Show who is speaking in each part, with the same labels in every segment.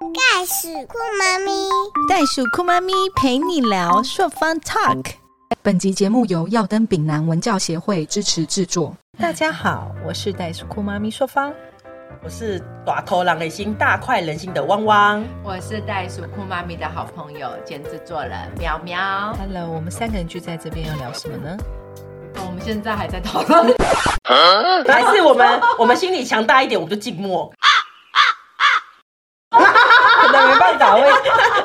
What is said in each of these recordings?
Speaker 1: 袋鼠酷妈咪，
Speaker 2: 袋鼠酷妈咪陪你聊朔方 Talk。
Speaker 3: 本集节目由耀登丙南文教协会支持制作。
Speaker 2: 大家好，我是袋鼠酷妈咪朔方。
Speaker 4: 我是大头狼的心、大快人心的汪 汪。
Speaker 5: 我是袋鼠酷妈咪的好朋友兼制作人喵喵。
Speaker 2: Hello，我们三个人聚在这边要聊什么呢？
Speaker 5: 哦我们现在还在讨论，
Speaker 4: 还是我们， 我们心里强大一点，我们就静默。
Speaker 6: 可能没办法会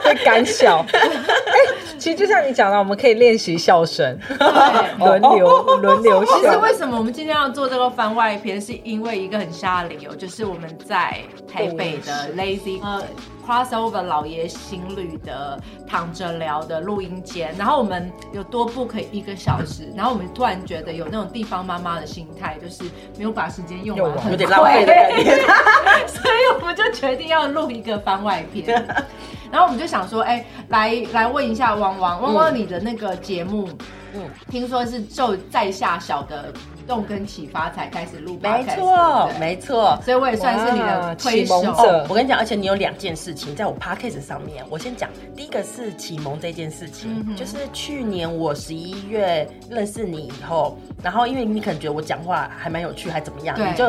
Speaker 6: 会干笑。哎其实就像你讲的，我们可以练习笑声，
Speaker 5: 对。
Speaker 6: 轮 流轮流
Speaker 5: 其实
Speaker 6: 笑。
Speaker 5: 为什么我们今天要做这个番外篇，是因为一个很瞎的理由，就是我们在台北的 Lazy
Speaker 4: 嗯
Speaker 5: 呃 Crossover 老爷情侣的躺着聊的录音间，然后我们有多 book 一个小时，然后我们突然觉得有那种地方妈妈的心态，就是没有把时间用
Speaker 6: 用
Speaker 5: 完，
Speaker 6: 完
Speaker 5: 很
Speaker 4: 有点浪费的感觉。
Speaker 5: 所以我们就决定要录一个番外篇。然后我们就想说，哎、来来问一下汪汪，汪汪，你的那个节目，嗯
Speaker 4: 嗯，
Speaker 5: 听说是受在下小的动跟启发才开始录 podcast，
Speaker 4: 没错
Speaker 5: 对不，对
Speaker 4: 没错。
Speaker 5: 所以我也算是你的
Speaker 6: 哇
Speaker 5: 推
Speaker 6: 启
Speaker 5: 手
Speaker 6: 蒙
Speaker 5: 哦。
Speaker 6: 者
Speaker 4: 哦，我跟你讲，而且你有两件事情在我 podcast 上面，我先讲。第一个是启蒙这件事情，
Speaker 5: 嗯哼
Speaker 4: 就是去年我十一月认识你以后，然后因为你可能觉得我讲话还蛮有趣，还怎么样，
Speaker 5: 对
Speaker 4: 你就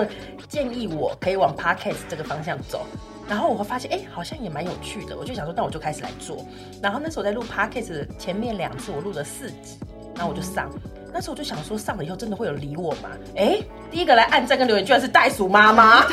Speaker 4: 建议我可以往 podcast 这个方向走。然后我会发现，哎、好像也蛮有趣的，我就想说，那我就开始来做。然后那时候我在录 podcast 的前面两次，我录了四集，然后我就上。那时候我就想说，上了以后真的会有人理我吗？哎、第一个来按赞跟留言，居然是袋鼠妈妈。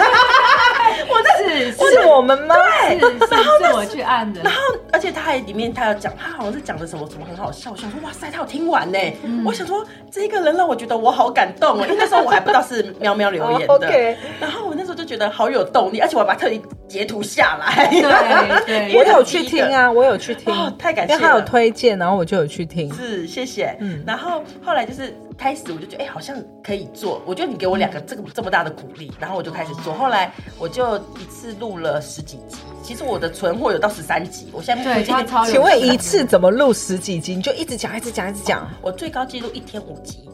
Speaker 4: 我那
Speaker 5: 是 是
Speaker 6: 是我们吗？
Speaker 5: 是是是我去按的，
Speaker 4: 然后，而且他还里面他有讲，他好像是讲的什么什么很好笑，我想说哇塞，他有听完呢。
Speaker 6: 嗯
Speaker 4: 我想说这个人让我觉得我好感动哦，因为那时候我还不知道是喵喵留言
Speaker 6: 哦
Speaker 4: 的。
Speaker 6: ，OK
Speaker 4: 然后我那时候就觉得好有动力，而且我还把特地截图下来。
Speaker 5: 对对
Speaker 4: 因
Speaker 6: 我
Speaker 4: 为
Speaker 6: 有去听啊，我有去听
Speaker 4: 哦，太感谢
Speaker 6: 因
Speaker 4: 了
Speaker 6: 为他有推荐，然后我就有去听。
Speaker 4: 是，谢谢。
Speaker 6: 嗯
Speaker 4: 然后后来就是开始，我就觉得哎、好像可以做。我觉得你给我两个这个这么大的鼓励，然后我就开始做。后来我就一次录了十几集，其实我的存货有到十三集，我现在目
Speaker 5: 对，
Speaker 4: 前
Speaker 5: 他哦超有。
Speaker 6: 请问一次怎么录十几集？你就一直讲，一直讲，一直讲。
Speaker 4: 我最高纪录一天五 集，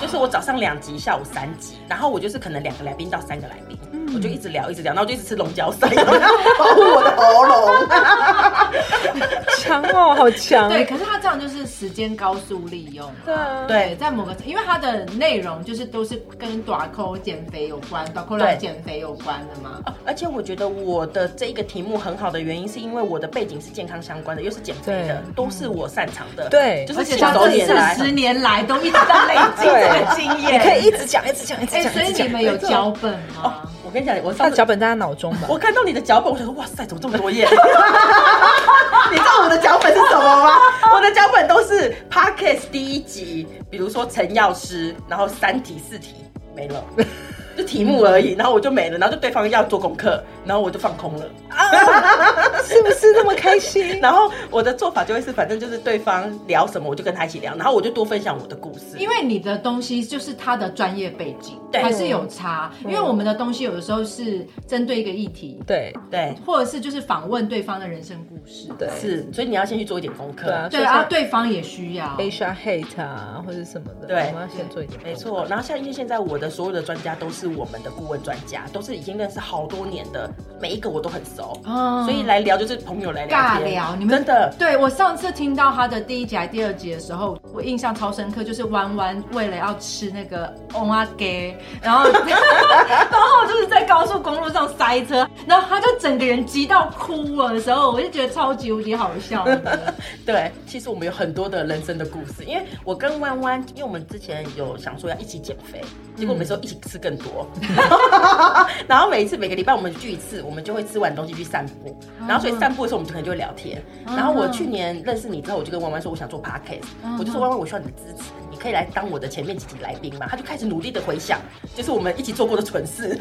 Speaker 4: 就是我早上两集，下午三集，然后我就是可能两个来宾到三个来宾，
Speaker 5: 嗯
Speaker 4: 我就一直聊一直聊，然后我就一直吃龙角 散，保护我的喉咙。
Speaker 6: 强哦，好强。
Speaker 5: 对，可是他这样就是时间高速利用、啊，
Speaker 6: 对啊
Speaker 5: 对，
Speaker 4: 对
Speaker 5: 在某个，因为它的内容就是都是跟短扣减肥有关，短扣来
Speaker 4: 对
Speaker 5: 减肥有关的嘛。
Speaker 4: 而且我觉得我的这一个题目很好的原因，是因为我的背景是健康相关的，又是减肥的，都是我擅长的。
Speaker 6: 对
Speaker 4: 就
Speaker 5: 而
Speaker 4: 是
Speaker 5: 且
Speaker 4: 信
Speaker 5: 他
Speaker 4: 手
Speaker 5: 这
Speaker 4: 拈来
Speaker 5: 四。十年来都一直在累 积这个经
Speaker 6: 你
Speaker 5: 验，
Speaker 6: 可以一直讲，一直讲，一直
Speaker 5: 哎、
Speaker 6: 讲，
Speaker 5: 所
Speaker 6: 一直
Speaker 5: 以
Speaker 6: 讲。
Speaker 5: 你们有
Speaker 6: 没错
Speaker 5: 脚本吗？
Speaker 4: 我跟你讲，我
Speaker 6: 他
Speaker 4: 上
Speaker 6: 的
Speaker 4: 次
Speaker 6: 脚本在他脑中吧？
Speaker 4: 我看到你的脚本，我想说，哇塞，怎么这么 多页？ 你知道我的脚本是什 么吗？我的脚本都是 podcast 第一集，比如说陈药师，然后三题四题没了，就题目而已，然后我就没了，然后就对方要做功课，然后我就放空了。
Speaker 6: 是不是那么开心？
Speaker 4: 然后我的做法就会是，反正就是对方聊什么，我就跟他一起聊，然后我就多分享我的故事。
Speaker 5: 因为你的东西就是他的专业背景，
Speaker 4: 对
Speaker 5: 还是有差。因为我们的东西有的时候是针对一个议题，
Speaker 6: 对
Speaker 4: 对
Speaker 5: 或者是就是访问对方的人生故事，
Speaker 6: 对
Speaker 4: 是，所以你要先去做一点功课。
Speaker 6: 对啊，
Speaker 5: 对啊，对方也需要。
Speaker 6: Asia Hate 啊，或者什么的，
Speaker 4: 对
Speaker 6: 我们要先做一点功课。
Speaker 4: 没错，然后像因为现在我的所有的专家都是我们的顾问专家，都是已经认识好多年的，每一个我都很熟，
Speaker 5: 嗯
Speaker 4: 所以来聊就是朋友来聊
Speaker 5: 尬
Speaker 4: 天
Speaker 5: 聊，你们
Speaker 4: 真的
Speaker 5: 对我上次听到他的第一集还第二集的时候，我印象超深刻，就是弯弯为了要吃那个 on a gay，然 后然后就是在高速公路上塞车，然后他就整个人急到哭了的时候，我就觉得超级无敌好 笑的。
Speaker 4: 对。其实我们有很多的人生的故事，因为我跟弯弯，因为我们之前有想说要一起减肥，结果我们说一起吃更多，然后每一次每个礼拜我们聚一次，我们就会吃完东西去散步，然后所以散步的时候我们可能就会聊天。然后我去年认识你之后，我就跟弯弯说我想做 podcast，我就说弯弯我需要你的支持。你可以来当我的前面几集来宾嘛？他就开始努力的回想，就是我们一起做过的蠢事。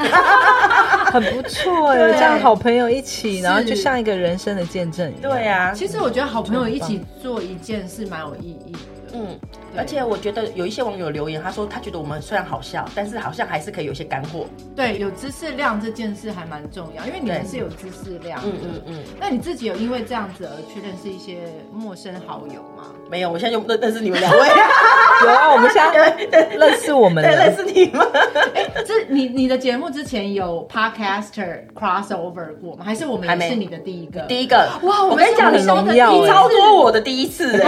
Speaker 6: 很不错哎，
Speaker 5: 对
Speaker 6: 有这样好朋友一起，
Speaker 5: 是
Speaker 6: 然后就像一个人生的见证一样。
Speaker 4: 对啊，
Speaker 5: 其实我觉得好朋友一起做一件事蛮有意义的。的。
Speaker 4: 嗯，
Speaker 5: 对
Speaker 4: 而且我觉得有一些网友留言，他说他觉得我们虽然好笑，但是好像还是可以有一些干货。
Speaker 5: 对，有知识量这件事还蛮重要，因为你们
Speaker 4: 对
Speaker 5: 是有知识量
Speaker 4: 嗯
Speaker 5: 的。
Speaker 4: 嗯嗯，
Speaker 5: 那你自己有因为这样子而去认识一些陌生好友吗？
Speaker 4: 没有，我现在就认认识你们 两位，
Speaker 1: 有啊，我们现 在认识我们
Speaker 4: 对，认
Speaker 1: 了，
Speaker 4: 识你们。
Speaker 5: 这你你的节目之前有 podcaster crossover 过吗？还是我们
Speaker 4: 还
Speaker 5: 也
Speaker 4: 没
Speaker 5: 是你的第一个？
Speaker 4: 第一个，
Speaker 5: 哇，
Speaker 4: 我
Speaker 5: 我们
Speaker 4: 跟你讲，
Speaker 5: 是
Speaker 4: 你
Speaker 1: 很荣耀
Speaker 5: 我
Speaker 4: 你
Speaker 1: 欸
Speaker 5: 们的
Speaker 4: 超
Speaker 5: 第
Speaker 4: 多我的第一次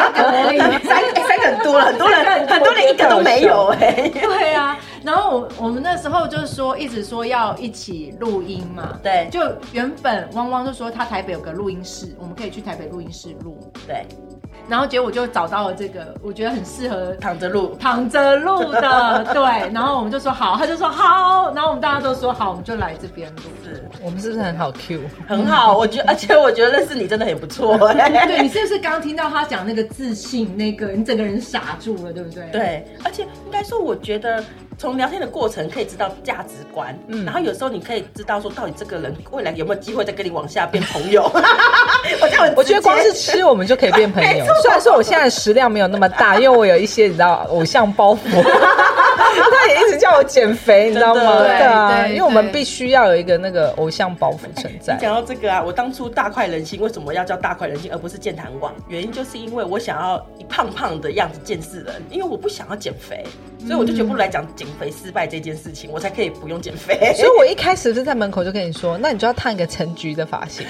Speaker 4: 哎、
Speaker 5: 一个
Speaker 4: 三哎 三个很多了，很多人很多人一个都没有哎、
Speaker 5: 对啊，然后我我们那时候就是说，一直说要一起录音嘛。
Speaker 4: 对
Speaker 5: 就原本汪汪就说他台北有个录音室，我们可以去台北录音室录。
Speaker 4: 对，
Speaker 5: 然后结果就找到了这个，我觉得很适合
Speaker 4: 躺着录，
Speaker 5: 躺着录的，对。然后我们就说好，他就说好，然后我们大家都说好，我们就来这边录。
Speaker 4: 是
Speaker 1: 我们是不是很好 Q？
Speaker 4: 很好。我觉得，而且我觉得认识你真的很不错哎、
Speaker 5: 对你是不是刚听到他讲那个自信，那个你整个人傻住了，对不对？。
Speaker 4: 对，而且应该说，我觉得从聊天的过程可以知道价值观，嗯，
Speaker 1: 嗯
Speaker 4: 然后有时候你可以知道说，到底这个人未来有没有机会再跟你往下变朋友。 我这样 很直接
Speaker 1: 我觉得光是吃我们就可以变朋友
Speaker 4: 没错，
Speaker 1: 虽然说我现在食量没有那么大，因为我有一些你知道偶像包袱，他也一直叫我减肥，你知道吗？
Speaker 4: 真的
Speaker 1: 对啊，
Speaker 5: 对
Speaker 1: 因
Speaker 5: 对
Speaker 1: 为我们必须要有一个那个偶像包袱存在
Speaker 4: 你。讲到这个啊，我当初大快人心，为什么要叫大快人心而不是健谈网？原因就是因为我想要以胖胖的样子见世人，因为我不想要减肥，所以我就全部来讲减肥失败这件事情，我才可以不用减肥。
Speaker 1: 所以我一开始是在门口就跟你说，那你就要烫一个橙橘的发型，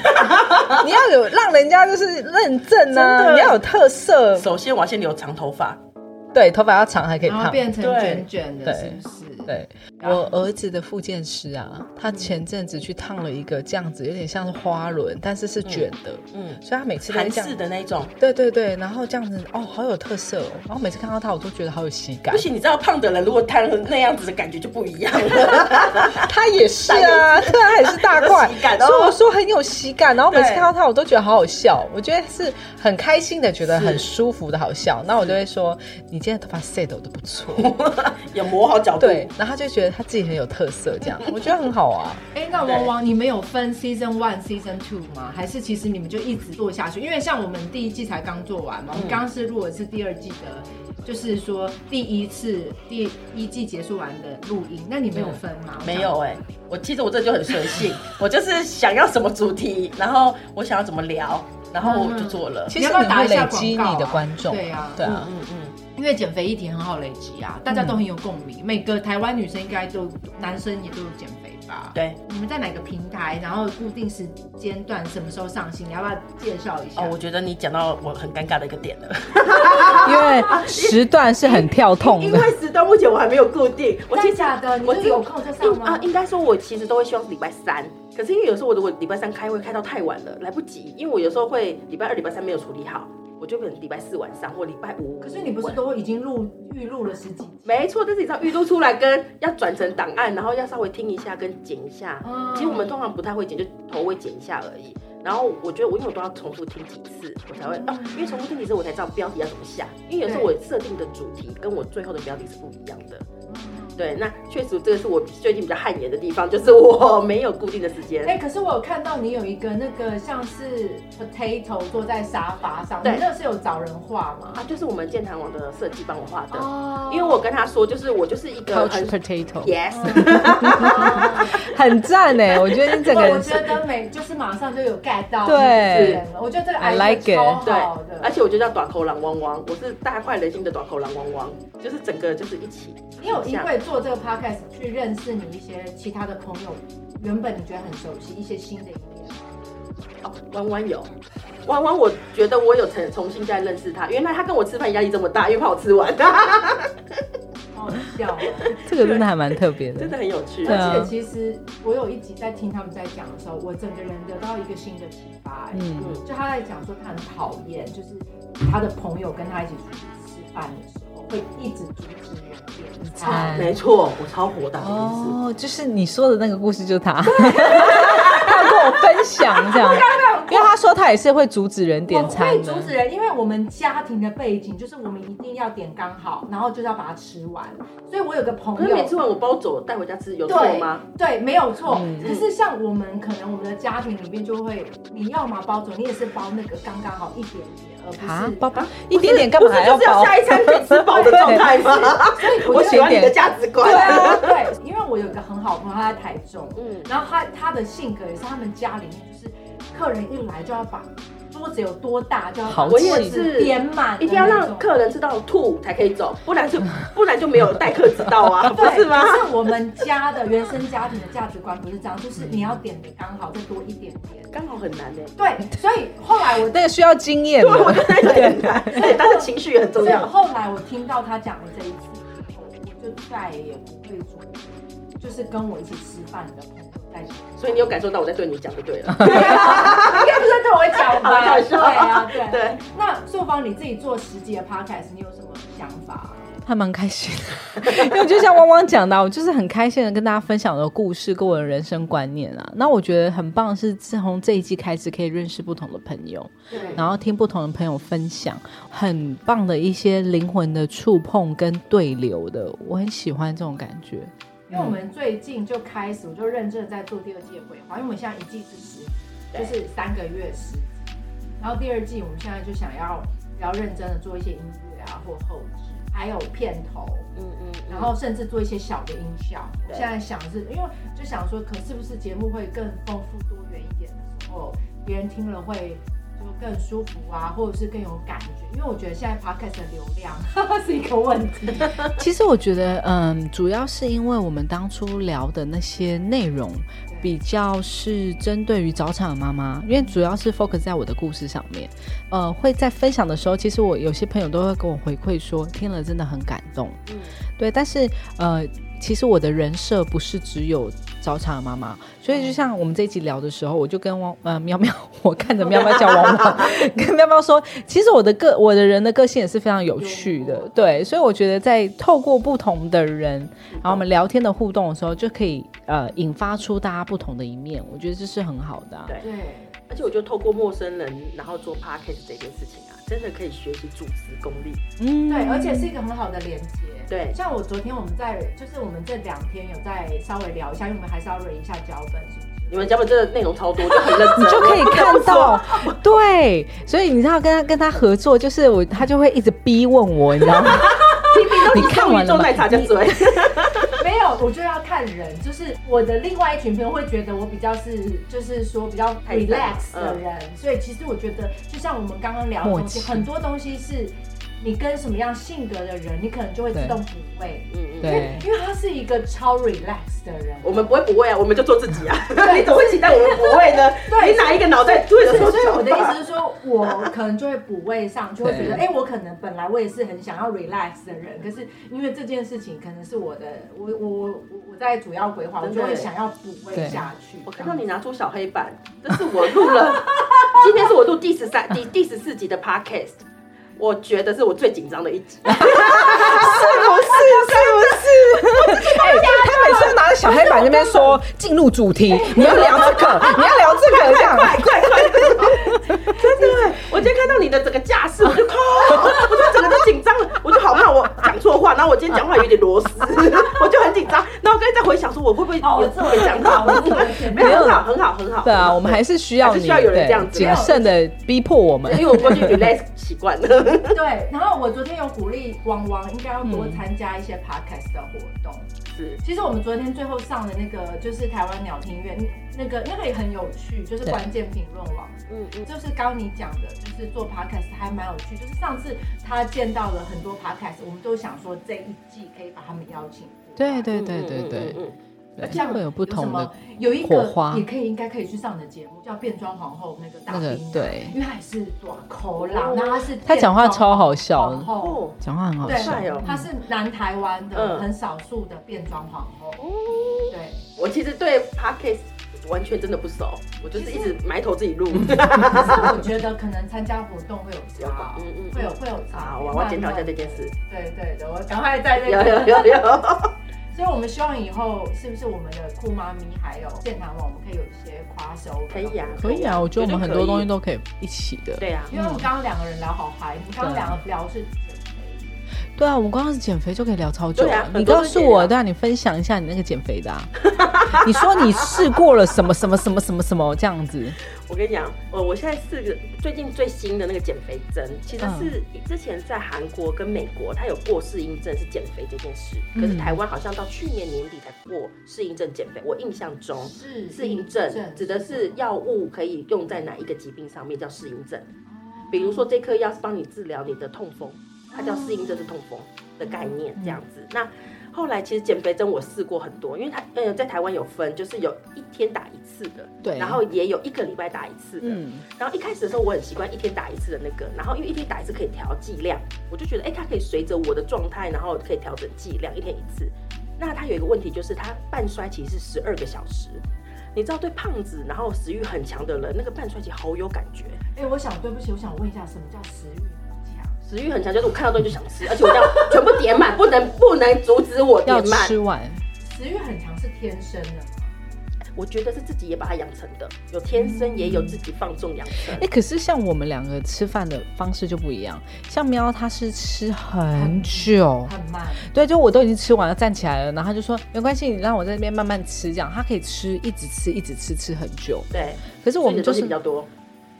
Speaker 1: 你要有让人家就是认证
Speaker 4: 真
Speaker 1: 啊，
Speaker 4: 的
Speaker 1: 你要有特色，
Speaker 4: 首先我要先留长头发，
Speaker 1: 对，头发要长还可以
Speaker 5: 然后
Speaker 1: 烫。
Speaker 5: 变成
Speaker 4: 对
Speaker 5: 卷卷的，是
Speaker 1: 对
Speaker 5: 不是？
Speaker 1: 对我儿子的复健师啊，他前阵子去烫了一个这样子，有点像是花轮，但是是卷的，
Speaker 4: 嗯，
Speaker 1: 所以他每次都会
Speaker 4: 韩
Speaker 1: 这
Speaker 4: 式
Speaker 1: 样。
Speaker 4: 的那一 种。
Speaker 1: 对对对，然后这样子哦，好有特色哦。然后每次看到他，我都觉得好有喜感
Speaker 4: 不。行，你知道胖的人如果他那样子的感觉就不一样了。
Speaker 1: 他也 是啊，对啊，还是大块
Speaker 4: 有喜感，哦
Speaker 1: 所以我说很有喜感。然后每次
Speaker 4: 对
Speaker 1: 看到他，我都觉得好好笑，我觉得是很开心的，觉得很舒服的好笑。那我就会说，你今天头发 set 的都不 错，
Speaker 4: 有磨好角度，
Speaker 1: 对。然后他就觉得他自己很有特色，这样我觉得很好啊。
Speaker 5: 哎、那
Speaker 4: 对
Speaker 5: 汪汪，你们有分 season one、season two 吗？还是其实你们就一直做下去？因为像我们第一季才刚做完嘛，我们
Speaker 4: 嗯
Speaker 5: 刚刚是录的是第二季的，就是说第一次第一季结束完的录音。那你们有分吗？
Speaker 4: 没有哎、我其实我这就很随性，我就是想要什么主题，然后我想要怎么聊，然后我就做了。
Speaker 1: 其
Speaker 5: 你
Speaker 1: 实
Speaker 5: 要不要
Speaker 1: 你
Speaker 5: 打
Speaker 1: 会
Speaker 5: 一下
Speaker 1: 累
Speaker 5: 广告啊
Speaker 1: 积你的观众，
Speaker 5: 对啊
Speaker 1: 对啊。
Speaker 4: 嗯嗯，
Speaker 5: 因为减肥议题很好累积啊，大家都很有共鸣，每个台湾女生应该都，男生也都有减肥吧？。
Speaker 4: 对。
Speaker 5: 你们在哪个平台？然后固定时间段什么时候上新？你要不要介绍一下？
Speaker 4: 哦，我觉得你讲到我很尴尬的一个点了，
Speaker 5: 嗯
Speaker 1: 因为时段是很跳痛
Speaker 4: 因
Speaker 1: 的。
Speaker 4: 为时段目前我还没有固定， 我其
Speaker 5: 真
Speaker 4: 实
Speaker 5: 的假的？你
Speaker 4: 我
Speaker 5: 是
Speaker 4: 真
Speaker 5: 有空就上
Speaker 4: 应
Speaker 5: 吗？
Speaker 4: 啊，应该说我其实都会希望是礼拜三，可是因为有时候我如果礼拜三开会开到太晚了，来不及，因为我有时候会礼拜二、礼拜三没有处理好，我就可能礼拜四晚上或礼拜五。
Speaker 5: 可是你不是都已经录预录了十几集？
Speaker 4: 没错，但是你知道预录出来跟要转成档案，然后要稍微听一下跟剪一下。
Speaker 5: 嗯
Speaker 4: 哦其实我们通常不太会剪，就头会剪一下而已。然后我觉得我因为我都要重复听几次，我才会哦、
Speaker 5: 嗯
Speaker 4: 因为重复听几次我才知道标题要怎么下，因为有时候我设定的主题跟我最后的标题是不一样的。
Speaker 5: 哦
Speaker 4: 对，那确实这个是我最近比较汗颜的地方，就是我 没有固定的时间。
Speaker 5: 哎、可是我有看到你有一个那个像是 potato 坐在沙发上，你
Speaker 4: 对
Speaker 5: 那是有找人画吗？
Speaker 4: 啊，就是我们建堂网的设计帮我画的，
Speaker 5: 哦
Speaker 4: 因为我跟他说，就是我就是一个
Speaker 1: Couch
Speaker 4: 很
Speaker 1: potato
Speaker 4: yes，
Speaker 5: 嗯
Speaker 1: 很赞 哎，我觉得你整个
Speaker 5: 我
Speaker 1: 人
Speaker 5: 觉得每就是马上就有 get 到
Speaker 1: 对
Speaker 5: 这个人了，我觉得这个
Speaker 1: I
Speaker 5: idea
Speaker 1: like it
Speaker 5: 超
Speaker 4: 对
Speaker 5: 好的，，
Speaker 4: 而且我就叫短口狼汪汪，我是大快人心的短口狼汪汪，就是整个就是一起。
Speaker 5: 你有因为做这个 podcast 去认识你一些其他的朋友，原本你觉得很熟悉一些新的一面吗。
Speaker 4: 哦，弯弯有，弯弯，我觉得我有重重新再认识他，原来他跟我吃饭压力这么大，因为怕我吃完，
Speaker 5: 好好 笑哦！
Speaker 1: 这个真的还蛮特别的
Speaker 4: 真。的很有趣
Speaker 1: 对。啊
Speaker 5: 而且其实我有一集在听他们在讲的时候，我整个人得到一个新的启发、哎
Speaker 1: 嗯
Speaker 4: 嗯
Speaker 5: 就他在讲说他很讨厌，就是他的朋友跟他一起出去吃饭的时候，会一直阻止人点
Speaker 1: 餐
Speaker 5: 餐。
Speaker 4: 没错，我超火大这件事。
Speaker 1: 哦 哦，就是你说的那个故事，就是他，他有跟我分享这样。
Speaker 5: 他被我
Speaker 1: 因为他说他也是会阻止人点
Speaker 5: 我
Speaker 1: 餐
Speaker 5: 会
Speaker 1: 的
Speaker 5: 阻。止人，因为我们家庭的背景就是我们一定要点刚好，然后就是要把它吃完。所以我有个
Speaker 4: 可
Speaker 5: 朋
Speaker 4: 是每
Speaker 5: 友，
Speaker 4: 次问我包走带回家吃，有错
Speaker 5: 对
Speaker 4: 吗？？
Speaker 5: 对，没有错。可是像我们可能我们的家庭里面就会，你要嘛包走，你也是包那个刚刚好一点点，而不
Speaker 1: 啊
Speaker 5: 是，
Speaker 1: 包包一点点干嘛还
Speaker 4: 不是就是
Speaker 1: 包
Speaker 4: 要？下一餐可以吃饱的状态吗？
Speaker 5: 所以
Speaker 1: 我
Speaker 5: 觉
Speaker 1: 喜
Speaker 5: 得
Speaker 4: 喜欢你
Speaker 1: 点
Speaker 4: 的价值观
Speaker 5: 对。啊，对，因为我有一个很好的朋友，他在台中，
Speaker 4: 嗯
Speaker 5: 然后他他的性格也是，他们家里面就是客人一来就要把桌子有多大就要把
Speaker 1: 好
Speaker 5: 桌
Speaker 4: 我也
Speaker 5: 子
Speaker 4: 是
Speaker 5: 点满的那种，
Speaker 4: 一定要让客人吃到吐才可以走，不然就 不然就没有待客之道啊，不
Speaker 5: 对，
Speaker 4: 是吗？
Speaker 5: 可是我们家的原生家庭的价值观不是这样，就是你要点的刚好，再多一点点。
Speaker 4: 刚好很难呢，
Speaker 5: 对，所以后来我
Speaker 1: 那个需要经验的。
Speaker 4: 我觉得那个很难，而且但是情绪也很重
Speaker 5: 所以
Speaker 4: 要。
Speaker 5: 后来我听到他讲的这一次，我我就再也不会煮，就是跟我一起吃饭的朋友在一起。
Speaker 4: 所以你有感受到我在对你讲就对了。
Speaker 5: 对啊应该不是对我讲
Speaker 4: 好
Speaker 5: 吧？
Speaker 4: 搞
Speaker 5: 对
Speaker 4: 笑
Speaker 5: 啊，对啊。
Speaker 4: 对，
Speaker 5: 那秀芳，你自己做十集的 podcast，你有什么想法？
Speaker 1: 还蛮开心的， 因为就像汪汪讲的啊，我就是很开心的跟大家分享我的故事跟我的人生观念啊。那我觉得很棒的是，自从这一季开始可以认识不同的朋友，
Speaker 5: 对
Speaker 1: 然后听不同的朋友分享很棒的一些灵魂的触碰跟对流的，我很喜欢这种感觉。
Speaker 5: 因为我
Speaker 4: 嗯
Speaker 5: 们最近就开始，我就认真的在做第二季的规划，因为我们现在一季是十，就是三个月十集，然后第二季我们现在就想要比较认真的做一些音乐啊或后置，还有片头，
Speaker 4: 嗯嗯，
Speaker 5: 然后甚至做一些小的音效。我现在想的是，因为就想说，可是不是节目会更丰富多元一点的时候，别人听了会就更舒服啊，或者是更有感觉。因为我觉得现在 podcast 的流量 是一个问 题。
Speaker 1: 其实我觉得，嗯，主要是因为我们当初聊的那些内容比较是针对于早产妈妈，因为主要是 focus 在我的故事上面。呃，会在分享的时候，其实我有些朋友都会跟我回馈说，听了真的很感动。嗯，对，但是呃，其实我的人设不是只有早产妈妈，所以就像我们这一集聊的时候，我就跟汪呃喵喵，我看着喵喵 叫汪汪，跟喵喵说，其实我的个我的人的个性也是非常有趣的，对，所以我觉得在透过不同的人，然后我们聊天的互动的时候，就可以呃引发出大家不同的一面，我觉得这是很好的、啊。
Speaker 4: 对
Speaker 5: 对。
Speaker 4: 而且我觉得透过陌生人，然后做 podcast 这件事情啊，真的可以学习主持功力。
Speaker 1: 嗯
Speaker 5: 对，而且是一个很好的连接。
Speaker 4: 对
Speaker 5: 像我昨天我们在，就是我们这两天有在稍微聊一下，因为我们还是要润一下脚本，是不是？
Speaker 4: 你们讲本真的内容超多，就很认真，
Speaker 1: 你就可以看 到，对，所以你知道跟他跟他合作，就是我他就会一直逼问我，你知 道吗？你看完
Speaker 4: 宇宙
Speaker 1: 了吗
Speaker 4: 奶？茶加嘴，
Speaker 5: 没有，我就要看人，就是我的另外一群朋友会觉得我比较是，就是说比较
Speaker 4: 太嗯散
Speaker 5: relax 的人，所以其实我觉得，就像我们刚刚聊的
Speaker 1: 默
Speaker 5: 东西，
Speaker 1: 契
Speaker 5: 很多东西是你跟什么样性格的人，你可能就会自动补位，
Speaker 4: 嗯嗯，
Speaker 5: 因为
Speaker 1: 对，
Speaker 5: 因为他是一个超 relax 的人。
Speaker 4: 我们不会不会啊，我们就做自己啊。
Speaker 5: 对
Speaker 4: 你怎么会期待我们不会呢？
Speaker 5: 对
Speaker 4: 你哪一个脑袋对着
Speaker 5: 对，
Speaker 4: 手
Speaker 5: 所以我的意
Speaker 4: 想法
Speaker 5: 思是说，我可能就会补位上，就会觉得，哎、我可能本来我也是很想要 relax 的人，可是因为这件事情可能是我的，我我我我在主要规划，我
Speaker 4: 真
Speaker 5: 就
Speaker 4: 的
Speaker 5: 会
Speaker 4: 耶
Speaker 5: 想要补位
Speaker 1: 对
Speaker 5: 下去。
Speaker 4: 我看到你拿出小黑板，这是我录了， 今天是我录第十三、第第十四集的 podcast，我觉得是我最紧张的一集。
Speaker 1: 哎、他每次拿着小黑板那边说进入主题，你要聊这个，你要聊这个，这 样
Speaker 4: 快快快！真的，我今天看到你的整个架势，我就靠，我就整个都紧张了，我就好怕我讲错话，然后我今天讲话有点螺丝，我就很紧张。然后我刚才在回想说，我会不会
Speaker 5: 哦我
Speaker 4: 有
Speaker 5: 知
Speaker 4: 这
Speaker 5: 道
Speaker 4: 么讲 到
Speaker 5: 我知道我知道？
Speaker 4: 没有，很好，很好，很好。
Speaker 1: 对啊，我们还是需要
Speaker 4: 还
Speaker 1: 你，
Speaker 4: 是需要有人这样子
Speaker 1: 对谨慎的逼迫我们
Speaker 4: 因。为我过去 relax 习惯了。
Speaker 5: 对，然后我昨天有鼓励汪汪应该要
Speaker 4: 嗯
Speaker 5: 多参加一些 podcast 的活动。
Speaker 4: 是
Speaker 5: 其实我们昨天最后上的那个就是台湾鸟听院，那个那个也很有趣，就是
Speaker 1: 对
Speaker 5: 关键评论网。嗯嗯，就是刚刚你讲的，就是做 podcast 还蛮有趣。就是上次他见到了很多 podcast，我们都想说这一季可以把他们邀请过来。
Speaker 1: 对对对对对，
Speaker 4: 嗯
Speaker 1: 对
Speaker 5: 像
Speaker 1: 会有不同的，
Speaker 5: 有一
Speaker 1: 火
Speaker 5: 个
Speaker 1: 花
Speaker 5: 也可以，应该可以去上你的节目，叫《变装皇后》那个大
Speaker 1: 那个
Speaker 5: 兵，
Speaker 1: 对
Speaker 5: 因为他也是短口狼，然后他是
Speaker 1: 他讲话超好笑
Speaker 5: 变
Speaker 4: 嗯
Speaker 5: 装皇后
Speaker 4: 哦，
Speaker 1: 讲话很好
Speaker 5: 对，
Speaker 1: 笑。
Speaker 4: 帅哦
Speaker 5: 他是南台湾的、
Speaker 4: 嗯哦
Speaker 5: 很少数的变装皇后。对，
Speaker 4: 我其实对 podcast 完全真的不熟，我就是一直埋头自己录。
Speaker 5: 可是我觉得可能参加活动会有差，
Speaker 4: 嗯嗯嗯
Speaker 5: 会有会有差。
Speaker 4: 好，我我要检讨一下这件事。
Speaker 5: 对对对，我赶快在那
Speaker 4: 有
Speaker 5: 个。
Speaker 4: 有有有，
Speaker 5: 所所以我们希望以后是不是我们的酷妈咪还有健谈网，我们可以有一些 crossover？
Speaker 4: 可以啊，
Speaker 1: 可以啊，我觉得我们很多东西
Speaker 4: 都
Speaker 1: 都可以一起的。
Speaker 4: 对啊，
Speaker 5: 因为我们刚刚两个人聊好嗨，你
Speaker 4: 嗯
Speaker 5: 刚刚两个聊是减肥，
Speaker 1: 对啊，我们光是减肥就可以聊超久
Speaker 4: 对啊
Speaker 1: 了。
Speaker 4: 很多
Speaker 1: 你告诉我，
Speaker 4: 都可以聊
Speaker 1: 对啊，你分享一下你那个减肥的、啊。 你说你试过了什么什么什么什么什么这样子，
Speaker 4: 我跟你讲，呃，我现在四个最近最新的那个减肥针，其实是之前在韩国跟美国，它有过适应症是减肥这件事，可是台湾好像到去年年底才过适应症减肥，我印象中。
Speaker 5: 是
Speaker 4: 适应症指的是药物可以用在哪一个疾病上面叫适应症，比如说这颗药是帮你治疗你的痛风，它叫适应症是痛风的概念这样子。那后来其实减肥针我试过很多，因为它呃在台湾有分，就是有一天打一次的，
Speaker 1: 对
Speaker 4: 然后也有一个礼拜打一次的，
Speaker 1: 嗯
Speaker 4: 然后一开始的时候，我很习惯一天打一次的那个，然后因为一天打一次可以调剂量，我就觉得哎，诶它可以随着我的状态，然后可以调整剂量，一天一次。那它有一个问题就是，它半衰期是十二个小时。你知道对胖子，然后食欲很强的人，那个半衰期好有感觉。
Speaker 5: 哎、我想对不起，我想问一下，什么叫食欲很强？
Speaker 4: 食欲很强，就是我看到东西就想吃，而且我要全部点满，不能不能阻止我
Speaker 1: 要
Speaker 4: 点满。
Speaker 1: 吃完。
Speaker 5: 食欲很强是天生的吗？
Speaker 4: 我觉得是自己也把它养成的，有天生也有自己放纵养成
Speaker 1: 哎、。可是像我们两个吃饭的方式就不一样，像喵他是吃很久，
Speaker 5: 很 慢，
Speaker 1: 对，就我都已经吃完了，站起来了，然后他就说没关系，你让我在那边慢慢吃，这样他可以吃，一直吃，一直吃，吃很久。
Speaker 4: 对，
Speaker 1: 可是我们就
Speaker 4: 所以
Speaker 1: 是
Speaker 4: 你的东西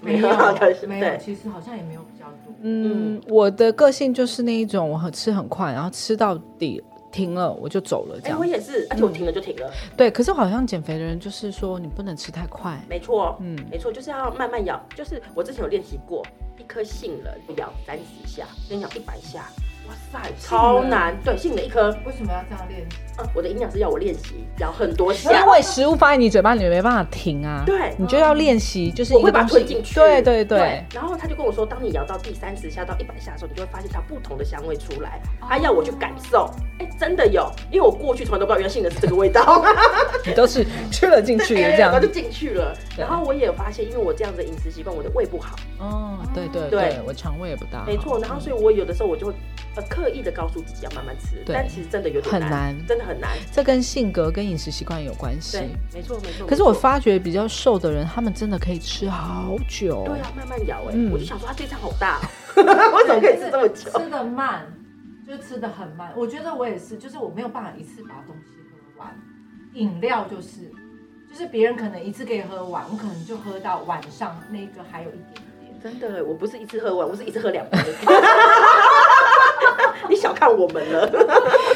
Speaker 4: 比较多，
Speaker 5: 没有
Speaker 4: 啊可是，
Speaker 5: 没有，
Speaker 4: 对，
Speaker 5: 其实好像也没有比较多。
Speaker 1: 嗯，我的个性就是那一种，我很吃很快，然后吃到底停了我就走了这
Speaker 4: 哎、
Speaker 1: 样。
Speaker 4: 我也是，而且我停了就停了。
Speaker 1: 对，可是好像减肥的人就是说你不能吃太快，
Speaker 4: 没错，
Speaker 1: 嗯
Speaker 4: 嗯，没错，就是要慢慢咬。就是我之前有练习过，一颗杏仁咬三十下，跟咬一百下，哇塞，超难。对，杏仁一颗，
Speaker 5: 为什么要这样练习？
Speaker 4: 嗯，我的营养师要我练习咬很多
Speaker 1: 因
Speaker 4: 下，
Speaker 1: 为食物放在你嘴巴里面没办法停啊。
Speaker 4: 啊对
Speaker 1: 你就要练习，就是
Speaker 4: 我
Speaker 1: 一
Speaker 4: 会
Speaker 1: 个
Speaker 4: 把它
Speaker 1: 东
Speaker 4: 吞
Speaker 1: 西
Speaker 4: 进去。
Speaker 1: 对对对，
Speaker 4: 然后他就跟我说，当你咬到第三十下到一百下的时候，你就会发现它不同的香味出来。他要我去感
Speaker 1: 哦
Speaker 4: 受，哎，真的有，因为我过去从来都不知道原来杏仁是这个味道。
Speaker 1: 你都 是吃了进去的这
Speaker 4: 然后
Speaker 1: 样
Speaker 4: 就。进去了。
Speaker 1: 对
Speaker 4: 然后我也有发现，因为我这样子的饮食习惯，我的胃不好。
Speaker 1: 哦，对对
Speaker 4: 对
Speaker 1: 对，我肠胃也不大好，
Speaker 4: 没错，然后所以我有的时候我就会呃刻意的告诉自己要慢慢吃，
Speaker 1: 对
Speaker 4: 但其实真的有点
Speaker 1: 很
Speaker 4: 难，
Speaker 1: 难
Speaker 4: 真的很难。
Speaker 1: 这跟性格跟饮食习惯有关系
Speaker 4: 对。，没错没错。
Speaker 1: 可是我
Speaker 4: 没错
Speaker 1: 发觉比较瘦的人，他们真的可以吃好久。
Speaker 4: 对啊，慢慢咬哎、
Speaker 1: 嗯
Speaker 4: 我就想说它这一餐好大、 哦，为什么可以吃这么久？
Speaker 5: 吃的慢，就吃的很慢。我觉得我也是，就是我没有办法一次把东西喝完。饮料就是，就是别人可能一次可以喝完，我可能就喝到晚上那个还有一点点。
Speaker 4: 真的，我不是一次喝完，我是一次喝两杯。 你小看我们了，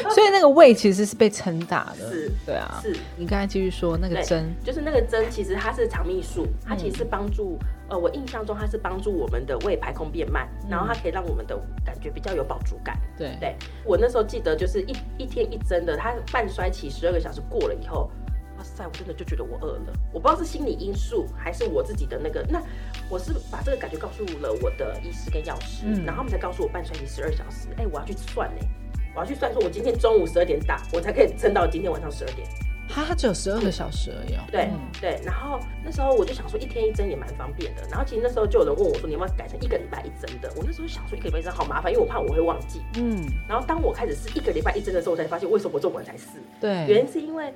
Speaker 1: 所以那个胃其实是被撑大的。
Speaker 4: 是
Speaker 1: 对啊。
Speaker 4: 是。
Speaker 1: 你刚才继续说那个
Speaker 4: 对
Speaker 1: 针，
Speaker 4: 就是那个针，其实它是肠泌素，
Speaker 1: 嗯
Speaker 4: 它其实是帮助，呃，我印象中它是帮助我们的胃排空变慢，
Speaker 1: 嗯
Speaker 4: 然后它可以让我们的感觉比较有饱足感。
Speaker 1: 对
Speaker 4: 对我那时候记得就是一一天一针的，它半衰期十二个小时过了以后，哇塞，我真的就觉得我饿了。我不知道是心理因素还是我自己的那个，那我是把这个感觉告诉了我的医师跟药师，
Speaker 1: 嗯
Speaker 4: 然后他们才告诉我半衰期十二小时。哎、我要去算哎、我要去算说我今天中午十二点打，我才可以撑到今天晚上十二点。
Speaker 1: 它它只有十二个小时而已哦。
Speaker 4: 对、对，然后那时候我就想说一天一针也蛮方便的，然后其实那时候就有人问我说你要不要改成一个礼拜一针的，我那时候想说一个礼拜一针好麻烦，因为我怕我会忘记。
Speaker 1: 嗯，
Speaker 4: 然后当我开始试一个礼拜一针的时候，我才发现为什么我这么晚才试，原
Speaker 1: 对，
Speaker 4: 因是因为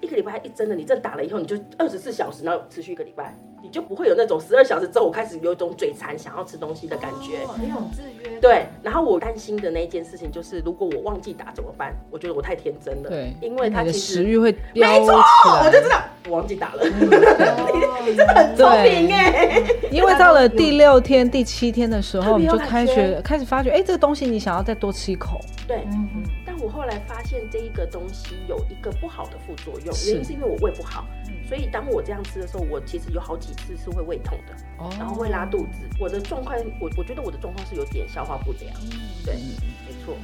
Speaker 4: 一个礼拜一针的，你真的打了以后，你就二十四小时，然后持续一个礼拜，你就不会有那种十二小时之后我开始有一种嘴馋想要吃东西的感觉。
Speaker 1: 嗯
Speaker 5: 哦有一种制约。
Speaker 4: 对，然后我担心的那一件事情就是，如果我忘记打怎么办？我觉得我太天真了，
Speaker 1: 对，
Speaker 4: 因为它
Speaker 1: 你的
Speaker 4: 其实
Speaker 1: 食欲会飙
Speaker 4: 没
Speaker 1: 起
Speaker 4: 错，我就知
Speaker 1: 来。
Speaker 4: 道我忘记打了，
Speaker 5: 对，真
Speaker 4: 很 聪明
Speaker 1: 对
Speaker 4: 哎、
Speaker 1: 因为到了第六天、第七天的时候，
Speaker 4: 特
Speaker 1: 你
Speaker 4: 别有
Speaker 1: 就开
Speaker 4: 感
Speaker 1: 学
Speaker 4: 觉
Speaker 1: 开始发觉，哎，这个东西你想要再多吃一口。
Speaker 4: 对，
Speaker 5: 嗯，
Speaker 4: 但我后来发现这一个东西有一个不好的副作用，
Speaker 1: 是嗯
Speaker 4: 原因是因为我胃不好，所以当我这样吃的时候，我其实有好几次是会胃痛的，
Speaker 1: 哦
Speaker 4: 然后会拉肚子。我的状况，我我觉得我的状况是有点消化不
Speaker 1: 嗯
Speaker 4: 良，对，没错。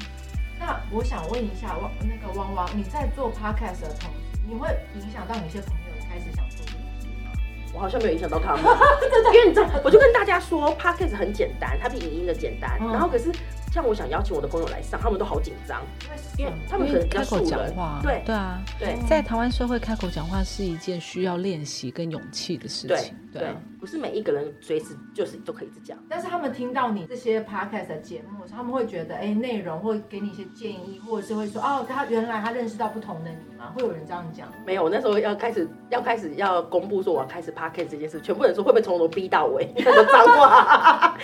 Speaker 5: 那我想问一下汪那个汪汪，你在做 podcast 的同时，你会影响到你一些朋友开始想做这件事吗？
Speaker 4: 我好像没有影响到 他们，因为你知道，我就跟大家说 p o d c a s t 很简单，它比影音的简单。
Speaker 5: 嗯
Speaker 4: 然后可是像我想邀请我的朋友来上，他们都好紧张，因
Speaker 5: 因为
Speaker 4: 为他们可能比较
Speaker 1: 嗯开
Speaker 4: 素
Speaker 1: 口讲
Speaker 4: 人
Speaker 1: 话，，
Speaker 4: 对
Speaker 1: 对啊，
Speaker 4: 对
Speaker 1: 在台湾社会开口讲话是一件需要练习跟勇气的事
Speaker 4: 对
Speaker 1: 情。对，
Speaker 4: 不是每一个人随时就是都可以这样。
Speaker 5: 但是他们听到你这些 podcast 的节目，他们会觉得，哎，内容会给你一些建议，或者是会说，哦，他原来他认识到不同的你吗？会有人这样讲？
Speaker 4: 没有，我那时候要开始要开始要公布说我要开始 p a r k i n 这件事，全部人说会不会从头逼到尾，那个脏话，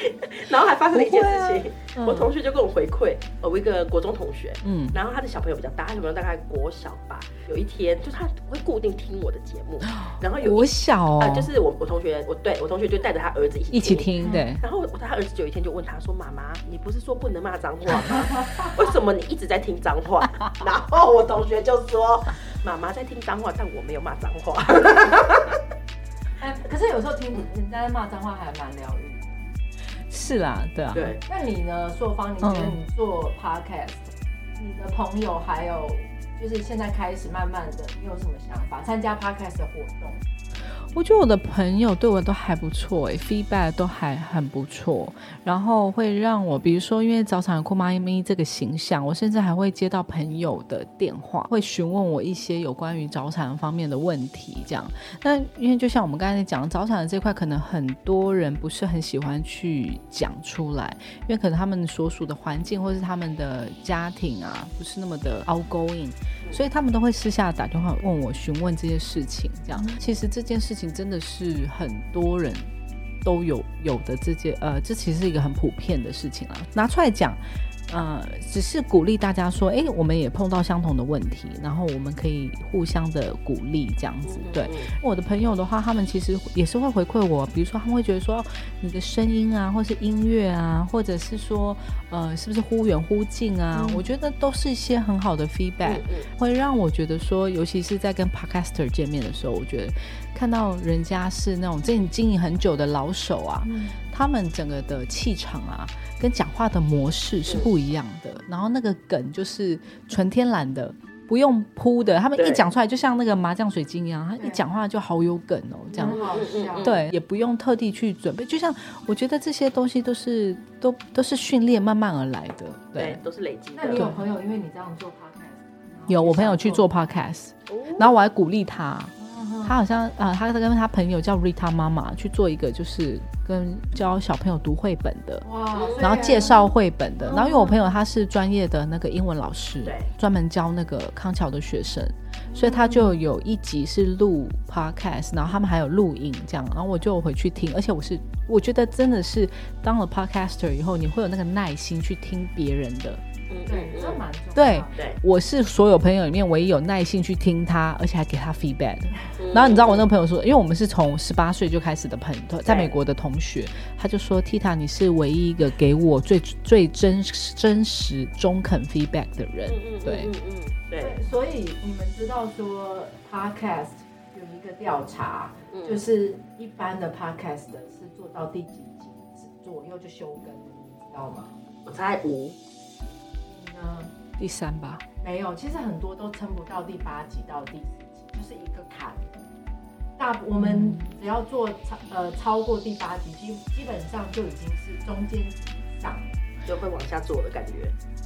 Speaker 4: 然后还发生了一件事情，
Speaker 1: 嗯
Speaker 4: 我同学就跟我回馈，呃我一个国中同学，
Speaker 1: 嗯，
Speaker 4: 然后他的小朋友比较大，他小朋友大概国小吧，有一天就他会固定听我的节目，然后有一
Speaker 1: 哦国小哦，
Speaker 4: 啊、就是嗯我我同学，我对我同学就带着他儿子一起
Speaker 1: 一起。听，对，
Speaker 4: 然后我他儿子有一天就问他说：“妈妈，你不是说不能骂脏话吗？ 为什么你一直在听脏话？” 然后我同学就说：“妈妈在听脏话，但我没有骂脏话。
Speaker 1: 嗯
Speaker 5: 哎，可是有时候听人家在骂脏话还蛮疗愈。
Speaker 1: 是啦，对”啊，
Speaker 4: 对，
Speaker 5: 那你呢，硕芳？你觉得你做 podcast，、你的朋友还有就是现在开始慢慢的，你有什么想法？参加 podcast 的活动？
Speaker 1: 我觉得我的朋友对我都还不错、欸、，feedback 都还很不错，然后会让我，比如说因为早产酷妈咪这个形象，我甚至还会接到朋友的电话，会询问我一些有关于早产方面的问题，这样。那因为就像我们刚才讲，早产的这块可能很多人不是很喜欢去讲出来，因为可能他们所属的环境或是他们的家庭啊，不是那么的 outgoing，所以他们都会私下打电话问我询问这些事情，这样。其实这件事情真的是很多人都有有的这件，呃，这其实是一个很普遍的事情啊，拿出来讲。呃，只是鼓励大家说，诶，我们也碰到相同的问题，然后我们可以互相的鼓励，这样子，对。我的朋友的话，他们其实也是会回馈我，比如说他们会觉得说哦你的声音啊，或是音乐啊，或者是说呃，是不是忽远忽近啊？我觉得都是一些很好的
Speaker 4: 嗯
Speaker 1: feedback，、会让我觉得说，尤其是在跟 podcaster 见面的时候，我觉得看到人家是那种经经营很久的老手啊，他们整个的气场啊，跟讲话的模式是不一样的，然后那个梗就是纯天然的。不用铺的，他们一
Speaker 4: 对
Speaker 1: 讲出来就像那个麻酱水晶一样，他一
Speaker 5: 对
Speaker 1: 讲话就好有梗哦，这样。
Speaker 5: 很好笑。
Speaker 4: 嗯
Speaker 1: 对，也不用特地去准备，就像我觉得这些东西都是都都是训练慢慢而来的。
Speaker 4: 对
Speaker 1: 对，，
Speaker 4: 都是累积
Speaker 5: 那你
Speaker 4: 的。
Speaker 5: 有朋友因为你这样做 podcast，
Speaker 1: 有我朋友去做 podcast，然
Speaker 5: 哦
Speaker 1: 后我还鼓励他，他好像呃，他在跟他朋友叫 Rita 妈妈去做一个就是跟教小朋友读绘本的，
Speaker 5: 哇，所以
Speaker 1: 然后介绍绘本的。
Speaker 5: 啊嗯
Speaker 1: 然后因为我朋友他是专业的那个英文老师
Speaker 4: 对，
Speaker 1: 专门教那个康桥的学生，所以他就有一集是录 podcast，然后他们还有录影这样，然后我就回去听，而且我是我觉得真的是当了 podcaster 以后，你会有那个耐心去听别人的。
Speaker 4: 嗯
Speaker 5: 对，这蛮重要的
Speaker 1: 对
Speaker 4: 对，
Speaker 1: 我是所有朋友里面唯一有耐心去听他，而且还给他 feedback 的。
Speaker 4: 嗯
Speaker 1: 然后你知道我那个朋友说，因为我们是从十八岁就开始的朋友，在美国的同学，他就说 Tita 你是唯一一个给我最最真实真实中肯 feedback 的人。对
Speaker 4: 嗯嗯，对
Speaker 5: 对，所以你们知道说 podcast 有一个调查，
Speaker 4: 嗯
Speaker 5: 就是一般的 podcast 的是做到第几集左右就休更，你知道吗？
Speaker 4: 我猜五，
Speaker 5: 你呢？
Speaker 1: 第三吧，
Speaker 5: 没有，其实很多都撑不到第八集到第四集，就是一个坎。大我
Speaker 4: 嗯
Speaker 5: 们只要做超呃超过第八集，基基本上就已经是中间上。
Speaker 4: 就会往下做的感觉。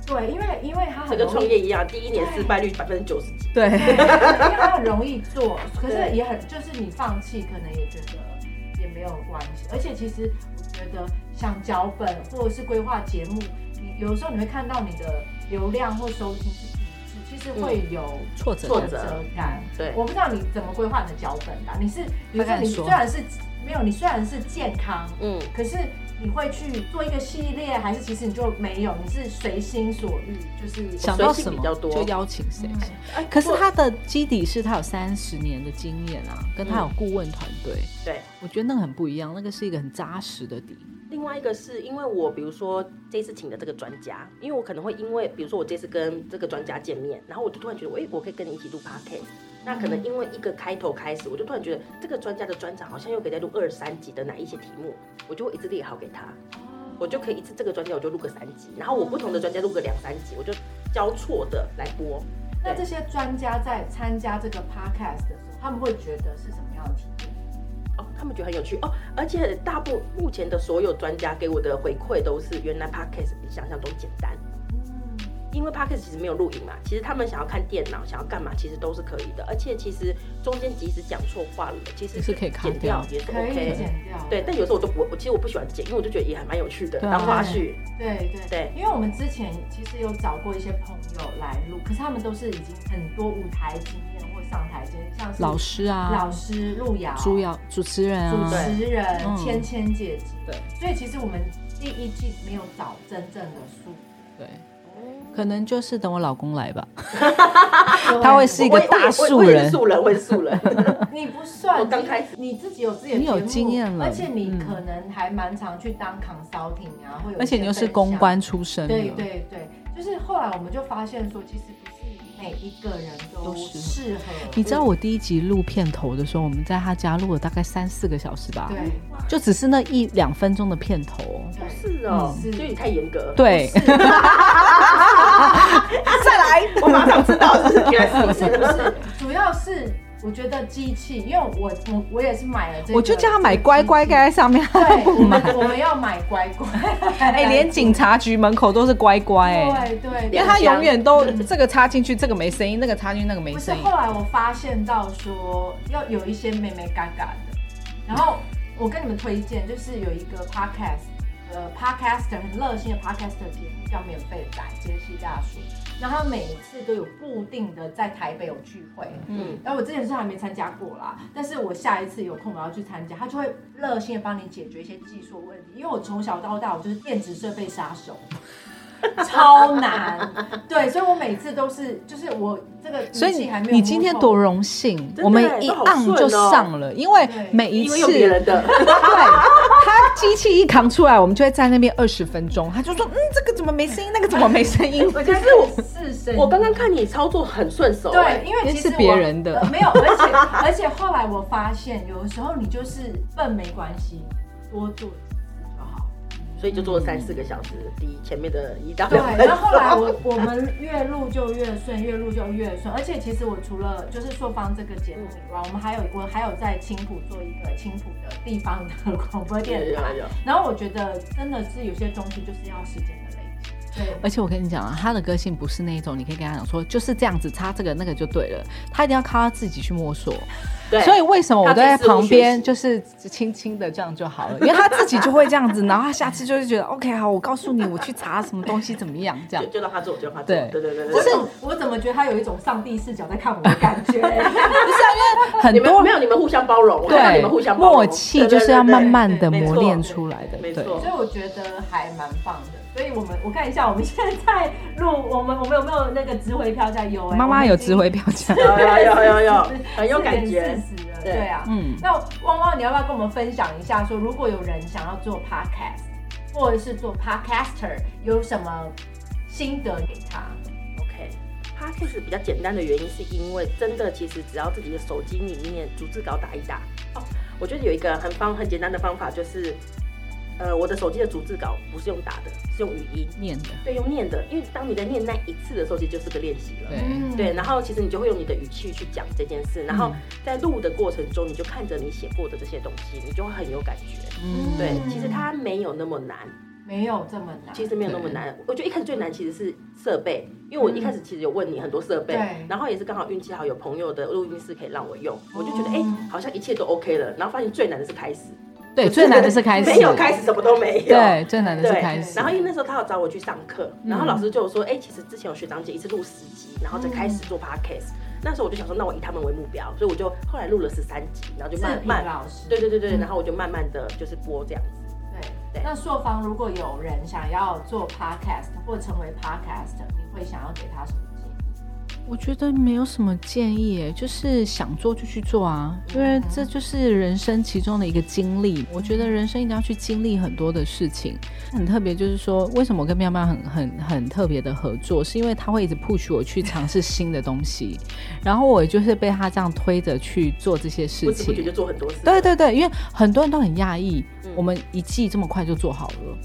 Speaker 5: 对，因为因为它
Speaker 4: 这
Speaker 5: 很
Speaker 4: 跟
Speaker 5: 容易
Speaker 4: 创业一样，第一年失败率百分之九十几。
Speaker 1: 对，
Speaker 5: 对，因为它很容易做，可是
Speaker 4: 对
Speaker 5: 也很就是你放弃，可能也觉得也没有关系。而且其实我觉得像脚本或者是规划节目，你有时候你会看到你的流量或收听是低是其实会
Speaker 1: 嗯
Speaker 5: 有
Speaker 1: 挫折
Speaker 4: 挫
Speaker 5: 挫折感。
Speaker 1: 嗯
Speaker 4: 对
Speaker 5: 我不知道你怎么规划你的脚本的啊、你是比
Speaker 1: 大
Speaker 5: 如说
Speaker 1: 概
Speaker 5: 你虽
Speaker 1: 说
Speaker 5: 然是没有，你虽然是健康，
Speaker 4: 嗯，
Speaker 5: 可是你会去做一个系列，还是其实你就没有，你是随心所欲，就是
Speaker 1: 想到
Speaker 4: 随
Speaker 1: 什
Speaker 4: 性
Speaker 1: 么
Speaker 4: 比较多
Speaker 1: 就邀请谁。
Speaker 4: 哎
Speaker 1: 可是他的基底是他有三十年的经验啊，跟他有顾问团队，
Speaker 4: 对。
Speaker 1: 我觉得那个很不一样，那个是一个很扎实的底。
Speaker 4: 另外一个是因为我，比如说这次请的这个专家，因为我可能会因为，比如说我这次跟这个专家见面，然后我就突然觉得，哎、我可以跟你一起录 podcast。那可能因为一个开头开始，我就突然觉得这个专家的专场好像又可以再录二三集的哪一些题目，我就会一直列好给他，我就可以一次这个专家我就录个三集，然后我不同的专家录个两三集，我就交错的来播。
Speaker 5: 那这些专家在参加这个 podcast 的时候，他们会觉得是什么样的体验？
Speaker 4: 哦，他们觉得很有趣哦，而且大部目前的所有专家给我的回馈都是，原来 podcast 比想象中简单。因为 podcast 其实没有录影嘛，其实他们想要看电脑，想要干嘛，其实都是可以的。而且其实中间即使讲错话了，其实
Speaker 1: 也是可以卡
Speaker 4: 剪掉，
Speaker 1: 掉
Speaker 4: 也是
Speaker 5: 可以
Speaker 4: OK
Speaker 5: 剪。掉。
Speaker 4: 对，但有时候我都不，我其实我不喜欢剪，因为我就觉得也还蛮有趣的，
Speaker 1: 对啊
Speaker 4: 当花絮。
Speaker 5: 对对
Speaker 4: 对
Speaker 5: 因为我们之前其实有找过一些朋友来录，可是他们都是已经很多舞台经验或上台经验，像是
Speaker 1: 老、师啊，
Speaker 5: 老师、路遥、
Speaker 1: 主要主持人
Speaker 5: 哦主
Speaker 1: 啊，
Speaker 5: 持人、
Speaker 1: 嗯
Speaker 5: 芊芊姐姐。
Speaker 1: 对，
Speaker 5: 所以其实我们第一季没有找真正的素
Speaker 1: 对，可能就是等我老公来吧，
Speaker 5: 人，
Speaker 1: 他会是一个
Speaker 4: 我也我也
Speaker 1: 大
Speaker 4: 我
Speaker 1: 素
Speaker 4: 也是
Speaker 1: 人，
Speaker 4: 素人，我也是 素人。
Speaker 5: 你不算，
Speaker 4: 我刚开始
Speaker 5: 你自己有自己的
Speaker 1: 你有
Speaker 5: 节目
Speaker 1: 经验了嗯
Speaker 5: 而且你可能还蛮常去当 consulting 啊，会有一些
Speaker 1: 而且你又是
Speaker 5: 分享
Speaker 1: 公关出身的，
Speaker 5: 对对对，就是后来我们就发现说，其实不是每一个人都
Speaker 1: 都适合
Speaker 5: 适合。
Speaker 1: 你知道我第一集录片头的时候，我们在他家录了大概三四个小时吧，
Speaker 5: 对
Speaker 1: 就只是那一两分钟的片头。
Speaker 5: 对
Speaker 4: 是哦，
Speaker 5: 是
Speaker 4: 所以你太严格。，
Speaker 1: 嗯
Speaker 4: 啊
Speaker 1: 对，
Speaker 5: 是
Speaker 4: 再来，我马上知道是原 来是
Speaker 5: 不
Speaker 4: 你。
Speaker 5: 是， 主要是我觉得机器，因为我我我也是买了这个，
Speaker 1: 我就叫他买乖乖
Speaker 5: 这
Speaker 1: 盖在上面，
Speaker 5: 个
Speaker 1: 他
Speaker 5: 机器。
Speaker 1: 不
Speaker 5: 对，我们
Speaker 1: 买。
Speaker 5: 我们要买乖乖，
Speaker 1: 哎，连警察局门口都是乖乖哎，
Speaker 5: 对对，
Speaker 1: 因为他永远都这个插进去，这个没声音，那个插进去，那个没
Speaker 5: 不是，
Speaker 1: 声音
Speaker 5: 后。来我发现到说要有一些妹妹嘎嘎的，然后我跟你们推荐，就是有一个 podcast，呃，podcaster 很热心的 podcaster 节目叫免费仔杰西大叔，然后他每一次都有固定的在台北有聚会，
Speaker 4: 嗯，
Speaker 5: 然后我之前是还没参加过啦，但是我下一次有空我要去参加，他就会热心的帮你解决一些技术问题，因为我从小到大我就是电子设备杀手。超难，对，所以我每次都是，就是我这个
Speaker 1: 所
Speaker 5: 仪器
Speaker 1: 以
Speaker 5: 还没有
Speaker 1: 你今天
Speaker 5: 摸透
Speaker 1: 多荣幸，
Speaker 4: 的
Speaker 1: 我们一
Speaker 4: 都好
Speaker 1: 按就
Speaker 4: 顺哦
Speaker 1: 上了，因为
Speaker 5: 对
Speaker 1: 每一
Speaker 4: 因为
Speaker 1: 次
Speaker 4: 用别人的，
Speaker 1: 对，他机器一扛出来，我们就会在那边二十分钟。他就说，嗯，这个怎么没声音？那个怎么没声音？
Speaker 5: 我觉得
Speaker 4: 可是我
Speaker 5: 是神，
Speaker 4: 我刚刚看你操作很顺手。
Speaker 5: 对，，因为
Speaker 1: 那
Speaker 5: 其
Speaker 1: 是
Speaker 5: 实我
Speaker 1: 别人的
Speaker 5: 呃没有， 而且而且后来我发现，有的时候你就是笨没关系，多做几次就好。
Speaker 4: 所以就做了三四个小时，比前面的一到两
Speaker 5: 对，
Speaker 4: 分钟
Speaker 5: 然后后 来我我们越录就越顺，越录就越顺。而且其实我除了就是硕方这个节目以外，我们还有我还有在青浦做一个青浦的地方的 广播电台
Speaker 4: 有有有。
Speaker 5: 然后我觉得真的是有些东西就是要时间的累积。对，
Speaker 1: 而且我跟你讲啊，他的个性不是那一种，你可以跟他讲说就是这样子，擦这个那个就对了。他一定要靠他自己去摸索。
Speaker 4: 对，
Speaker 1: 所以为什么我都在旁边，
Speaker 4: 他
Speaker 1: 就是轻轻的这样就好了，因为他自己就会这样子，然后他下次就会觉得 OK 好，我告诉你，我去查什么东西怎么样这样
Speaker 4: 就。就让他做，就让他做。
Speaker 1: 对
Speaker 4: 对对对
Speaker 5: 我
Speaker 4: 对，
Speaker 5: 怎我怎么觉得他有一种上帝视角在看我的感 觉？
Speaker 1: 不是、啊，因为很
Speaker 4: 你们
Speaker 1: 多
Speaker 4: 没有你们互相包容，我看到你
Speaker 1: 对
Speaker 4: 们互相包容
Speaker 1: 默契就是要慢慢的
Speaker 4: 对对对对
Speaker 1: 磨
Speaker 4: 没错
Speaker 1: 练出来的，
Speaker 4: 没
Speaker 1: 对
Speaker 4: 错
Speaker 5: 所以我觉得还蛮棒的。所以我们我看一下，我们现在录，我们我们有没有那个值回票价？有哎、
Speaker 1: 妈妈有值回票价，
Speaker 4: 有有有有有，
Speaker 5: 我
Speaker 4: 很
Speaker 5: 们已经
Speaker 4: 有感觉
Speaker 5: 四。十了，
Speaker 4: 对
Speaker 5: 对啊。
Speaker 1: 嗯，
Speaker 5: 那汪汪，你要不要跟我们分享一下说如果有人想要做 podcast，或者是做 podcaster，有什么心得给他？
Speaker 4: OK，它确实比较简单的原因，是因为真的其实只要自己的手机里面逐字稿打一打。哦，我觉得有一个很方很简单的方法就是，呃，我的手机的逐字稿不是用打的，是用语音，
Speaker 1: 念的，
Speaker 4: 对，用念的，因为当你在念那一次的时候，其实就是个练习了。
Speaker 1: 对。
Speaker 4: 对，然后其实你就会用你的语气去讲这件事，然
Speaker 1: 嗯
Speaker 4: 后在录的过程中，你就看着你写过的这些东西，你就会很有感觉。
Speaker 1: 嗯
Speaker 4: 对，
Speaker 5: 嗯
Speaker 4: 其实它没有那么难，
Speaker 5: 没有这么难。
Speaker 4: 其实没有那么难。我觉得一开始最难其实是设备，因为我一
Speaker 1: 嗯
Speaker 4: 开始其实有问你很多设备，
Speaker 5: 对
Speaker 4: 然后也是刚好运气好有朋友的录音室可以让我用，我就觉
Speaker 1: 哦
Speaker 4: 得哎、好像一切都 OK 了，然后发现最难的是开始，
Speaker 1: 对，最难的是开始，
Speaker 4: 没有开始什么都没有。
Speaker 1: 对，最难的是
Speaker 4: 对
Speaker 1: 开始嗯
Speaker 4: 然。后因为那时候他有找我去上课，然后老师就有说，哎、其实之前有学长姐一次录十集，然后再开始
Speaker 1: 嗯
Speaker 4: 做 podcast、那时候我就想说，那我以他们为目标，所以我就后来录了十三集，然后就慢
Speaker 5: 视频
Speaker 4: 慢，
Speaker 5: 老师，
Speaker 4: 对对对对，
Speaker 1: 嗯
Speaker 4: 然后我就慢慢的就是播这样子。
Speaker 5: 对
Speaker 4: 对
Speaker 5: 那硕方如果有人想要做 podcast 或成为 podcast，你会想要给他什么建议？
Speaker 1: 我觉得没有什么建议耶，就是想做就去做啊，因
Speaker 4: 嗯
Speaker 1: 为这就是人生其中的一个经历。我觉得人生一定要去经历很多的事情，很特别。就是说，为什么我跟喵喵很很很特别的合作，是因为他会一直 push 我去尝试新的东西，然后我就是被他这样推着去做这些
Speaker 4: 不
Speaker 1: 事
Speaker 4: 知不觉
Speaker 1: 情
Speaker 4: 就。做很多事，
Speaker 1: 对对对，因为很多人都很讶异，
Speaker 4: 嗯
Speaker 1: 我们一季这么快就做好了。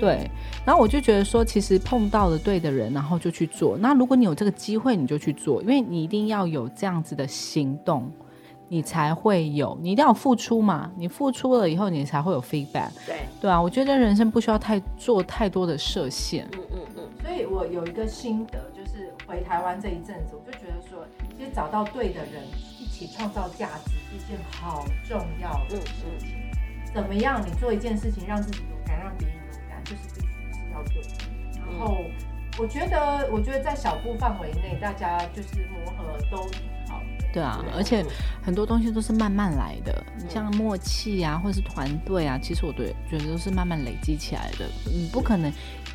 Speaker 1: 对，然后我就觉得说，其实碰到了对的人，然后就去做。那如果你有这个机会，你就去做，因为你一定要有这样子的行动，你才会有，你一定要有付出嘛。你付出了以后，你才会有 feedback，
Speaker 4: 对，
Speaker 1: 对啊。我觉得人生不需要太做太多的设限，
Speaker 4: 嗯嗯嗯，
Speaker 5: 所以我有一个心得，就是回台湾这一阵子，我就觉得说，其实找到对的人一起起创造价值是一件好重要的事情。怎么样，你做一件事情让自己有感，让别人有感，就是必须是要对的。然后我觉得，我觉得在小步范围内，大家就是磨合都挺好的。
Speaker 1: 对啊，而且很多东西都是慢慢来的，像默契啊，或是团队啊，其实我对觉得都是慢慢累积起来的。你不可能，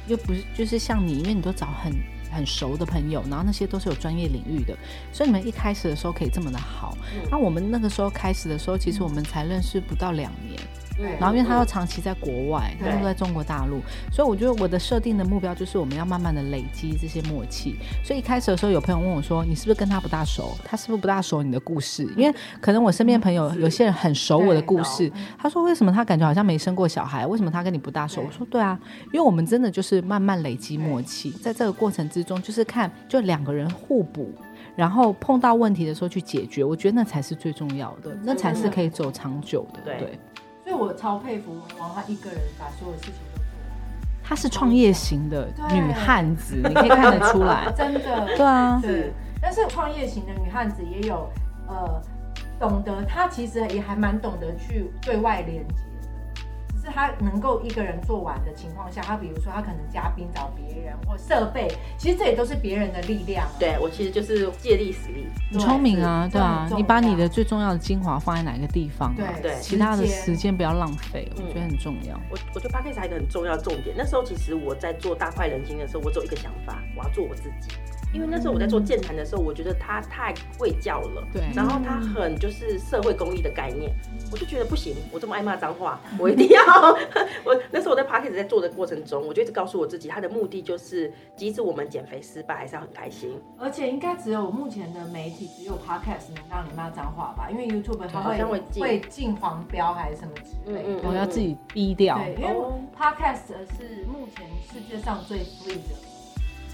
Speaker 1: 又不是就是像你，因为你都找很很熟的朋友，然后那些都是有专业领域的，所以你们一开始的时候可以这么的好。那、我们那个时候开始的时候，其实我们才认识不到两年，
Speaker 5: 对
Speaker 1: 然后因为他要长期在国外，他
Speaker 5: 对
Speaker 1: 都在中国大陆，所以我觉得我的设定的目标就是我们要慢慢的累积这些默契。所以一开始的时候，有朋友问我说：“你是不是跟他不大熟？他是不是不大熟你的故事？”因为可能我身边朋友有些人很熟我的故事，他说：“为什么他感觉好像没生过小孩？为什么他跟你不大熟？”我说：“对啊，因为我们真的就是慢慢累积默契，在这个过程之中，就是看就两个人互补。”然后碰到问题的时候去解决，我觉得那才是最重要的，那才是可以走长久的。
Speaker 4: 对
Speaker 1: 对，
Speaker 5: 所以我超佩服龙王，他一个人把所有事情都做完，
Speaker 1: 她是创业型的
Speaker 5: 对。
Speaker 1: 女汉子，你可以看得出来
Speaker 5: 真的。
Speaker 1: 对啊，
Speaker 5: 是，但是创业型的女汉子也有，呃，懂得她其实也还蛮懂得去对外连接的，只是她能够一个人做完的情况下，她比如说她可能嘉宾找别人或设备，其实这也都是别人的力量、啊。
Speaker 4: 对我其实就是借力使力，
Speaker 1: 你聪明啊，
Speaker 5: 对
Speaker 1: 对啊
Speaker 5: 这很，重
Speaker 1: 你把你
Speaker 5: 要
Speaker 1: 的最重要的精华放在哪个地方、啊？
Speaker 5: 对
Speaker 4: 对
Speaker 1: 其他的时
Speaker 5: 时嗯
Speaker 1: 间不要浪费，我觉得很重要。
Speaker 4: 我我觉得 p o d c a s 还有一个很重要的重点，那时候其实我在做大快人心的时候，我只有一个想法，我要做我自己。因为那时候我在做健谈的时候，我觉得他太会教了，
Speaker 1: 对
Speaker 4: 然后他很就是社会公益的概念，我就觉得不行，我这么爱骂脏话，我一定要。 我那时候我在 p a c k e t 在做的过程中，我就一直告诉我自己，他的目的就是，即使我们减肥失败，还是要很开心。
Speaker 5: 而且应该只有目前的媒体只有 podcast 能让你骂脏话吧，因为 YouTube 它
Speaker 4: 好像会
Speaker 5: 会
Speaker 4: 禁
Speaker 5: 会进黄标还是什么之类的。
Speaker 4: 嗯嗯
Speaker 1: 我要自己逼掉。
Speaker 5: 对，因为 Podcast 是目前世界上最 free 的，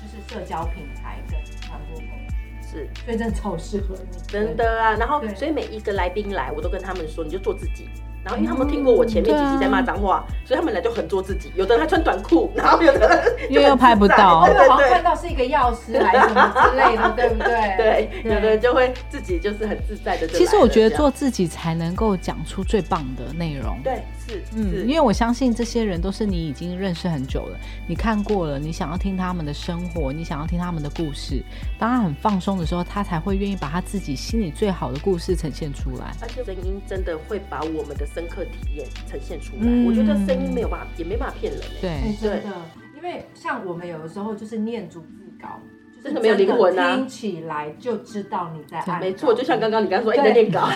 Speaker 5: 就是社交平台跟传播工具，
Speaker 4: 是
Speaker 5: 所以真的超适合你。
Speaker 4: 真的啊，然后
Speaker 5: 对
Speaker 4: 所以每一个来宾来，我都跟他们说，你就做自己。然后因为他们听过我前面几集在骂脏话，
Speaker 1: 嗯
Speaker 4: 所以他们来就很做自己。有的人还穿短裤，然后有的人就很
Speaker 1: 因 为又拍不到
Speaker 4: 自
Speaker 5: 因
Speaker 4: 在
Speaker 5: 为好像
Speaker 4: 对
Speaker 5: 看到是一个药师还是什么之 类的，对不对？
Speaker 4: 对对，
Speaker 5: 对
Speaker 4: 有的人就会自己就是很自在的。
Speaker 1: 其实我觉得做自己才能够讲出最棒的内容。
Speaker 4: 对是是
Speaker 1: 嗯，因为我相信这些人都是你已经认识很久了，你看过了，你想要听他们的生活，你想要听他们的故事。当他很放松的时候，他才会愿意把他自己心里最好的故事呈现出来。
Speaker 4: 而且声音真的会把我们的深刻体验呈现出来。
Speaker 1: 嗯
Speaker 4: 我觉得声音没有办法，也没办法骗人、欸。
Speaker 1: 对，
Speaker 5: 哎真的，因为像我们有的时候就是念逐字稿，就是
Speaker 4: 真的没有灵魂啊
Speaker 5: 听起来就知道你在按。
Speaker 4: 没错，就像刚刚你刚刚说，一直
Speaker 5: 对
Speaker 4: 在念 稿，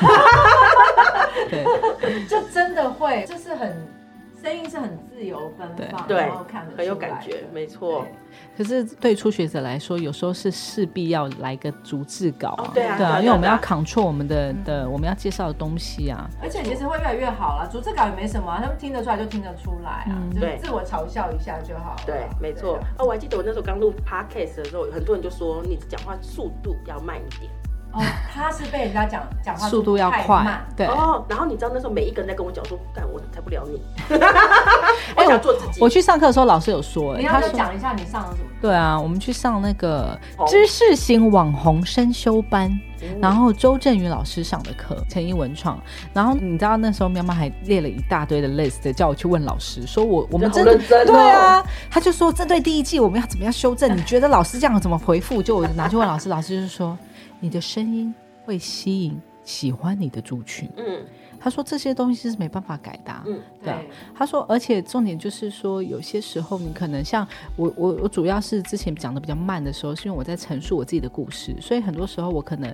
Speaker 1: 对，
Speaker 5: 就真的会，就是很声音是很自由奔放，
Speaker 4: 对对
Speaker 5: 然后看得出来
Speaker 4: 很有感觉
Speaker 5: 的，
Speaker 4: 没错。
Speaker 1: 可是对初学者来说，有时候是势必要来个逐字稿啊，
Speaker 4: 哦对啊对啊
Speaker 1: 因为我们
Speaker 4: 对
Speaker 1: 要
Speaker 4: 啊嗯
Speaker 1: control 我们的的我们要介绍的东西啊，
Speaker 5: 而且其实会越来越好了，逐字稿也没什么啊、他们听得出来就听得出来啊，
Speaker 1: 嗯
Speaker 5: 就是
Speaker 4: 对
Speaker 5: 自我嘲笑一下就好了。
Speaker 4: 对，没错。
Speaker 1: 啊
Speaker 4: 哦，我还记得我那时候刚录 podcast 的时候，很多人就说你讲话速度要慢一点。
Speaker 5: 哦，他是被人家讲讲话
Speaker 1: 速度要
Speaker 5: 太
Speaker 1: 快
Speaker 5: 慢，
Speaker 1: 对。
Speaker 4: 哦，然后你知道那时候每一个人在跟我讲说，干我才不聊 你，我想做自己。
Speaker 1: 哎我去上课的时候，老师有说、
Speaker 5: 你
Speaker 1: 欸，
Speaker 5: 要
Speaker 1: 他
Speaker 5: 不要
Speaker 1: 说，
Speaker 5: 讲一下你上了什么？
Speaker 1: 对啊，我们去上那个
Speaker 4: 哦
Speaker 1: 知识型网红生修班，然后周振宇老师上的课，陈一文创，然后你知道那时候喵喵还列了一大堆的 list，叫我去问老师，说我我们
Speaker 4: 这
Speaker 1: 真
Speaker 4: 好
Speaker 1: 的
Speaker 4: 认真哦
Speaker 1: 对啊，他就说针对第一季我们要怎么样修正，你觉得老师这样怎么回复？就我拿去问老师，老师就说你的声音会吸引喜欢你的族群，
Speaker 4: 嗯
Speaker 1: 他说这些东西是没办法改的啊、
Speaker 4: 嗯，
Speaker 1: 对啊他说，而且重点就是说，有些时候你可能像我，我我主要是之前讲的比较慢的时候，是因为我在陈述我自己的故事，所以很多时候我可能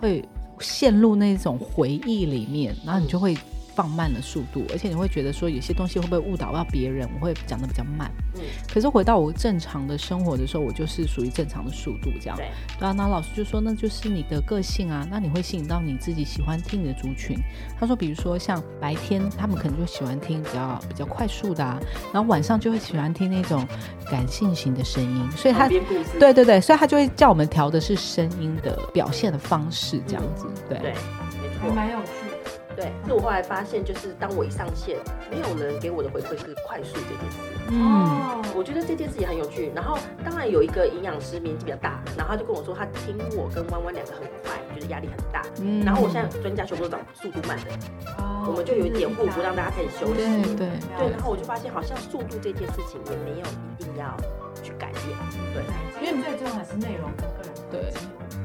Speaker 1: 会陷入那种回忆里面，然后你就会放慢了速度，而且你会觉得说有些东西会不会误导到别人，我会讲的比较慢。
Speaker 4: 嗯
Speaker 1: 可是回到我正常的生活的时候，我就是属于正常的速度这样。
Speaker 4: 对
Speaker 1: 对啊，那老师就说那就是你的个性啊，那你会吸引到你自己喜欢听的族群。他说，比如说像白天他们可能就喜欢听比较比较快速的啊，然后晚上就会喜欢听那种感性型的声音，所以他
Speaker 4: 旁边故事。
Speaker 1: 对对对，所以他就会叫我们调的是声音的表现的方式这样子，对。
Speaker 4: 嗯对，没
Speaker 5: 还
Speaker 4: 错。
Speaker 5: 蛮有趣的。
Speaker 4: 对，所以我后来发现，就是当我一上线，没有人给我的回馈是快速这件事。
Speaker 1: 嗯，
Speaker 5: 哦
Speaker 4: 我觉得这件事也很有趣。然后当然有一个营养师年纪比较大，然后他就跟我说，他听我跟弯弯两个很快，就是压力很大。
Speaker 1: 嗯
Speaker 4: 然后我现在专家全部都找速度慢的，
Speaker 5: 哦
Speaker 4: 我们就有一点互补，让大家可以休息。
Speaker 1: 对对
Speaker 4: 对，然后我就发现好像速度这件事情也没有一定要去改变。对，
Speaker 5: 因为最重要还是内容跟个人
Speaker 1: 对
Speaker 5: 特质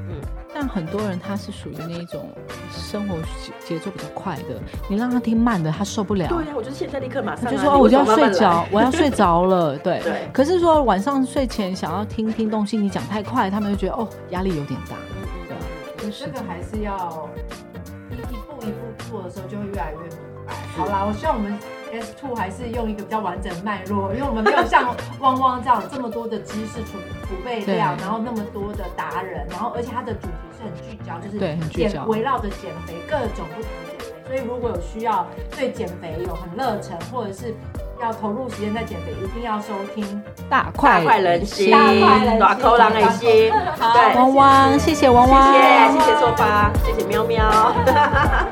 Speaker 1: 但很多人他是属于那一种生活节节奏比较快的，你让他听慢的，他受不了。
Speaker 4: 对呀、我就是现在立刻马上、
Speaker 1: 他
Speaker 4: 啊，
Speaker 1: 就说哦，
Speaker 4: 你
Speaker 1: 我
Speaker 4: 为
Speaker 1: 就
Speaker 4: 什
Speaker 1: 要
Speaker 4: 么慢
Speaker 1: 睡
Speaker 4: 慢
Speaker 1: 着
Speaker 4: 来，
Speaker 1: 我要睡着了。 对。
Speaker 4: 对
Speaker 1: 可是说晚上睡前想要听听东西，你讲太快，他们就觉得哦压力有点大。
Speaker 4: 嗯嗯嗯
Speaker 5: 你这个还是要一一步一步做的时候，就会越来越明白。好啦，我希望我们 S Two 还是用一个比较完整的脉络，因为我们没 有像汪汪这样这么多的知识储储备量，
Speaker 1: 对
Speaker 5: 然后那么多的达人，然后而且它的主题是很聚焦，就是
Speaker 1: 对很聚
Speaker 5: 减
Speaker 1: 焦
Speaker 5: 围绕着减肥各种不同的减肥。所以如果有需要对减肥有很热忱，或者是要投入时间在减肥，一定要收听
Speaker 1: 大
Speaker 4: 大
Speaker 1: 快
Speaker 4: 快人心，
Speaker 5: 大快人心
Speaker 4: 大口人的心。
Speaker 5: 好
Speaker 4: 对
Speaker 1: 汪汪，谢谢汪汪，
Speaker 4: 谢谢谢谢硕发，谢谢喵喵。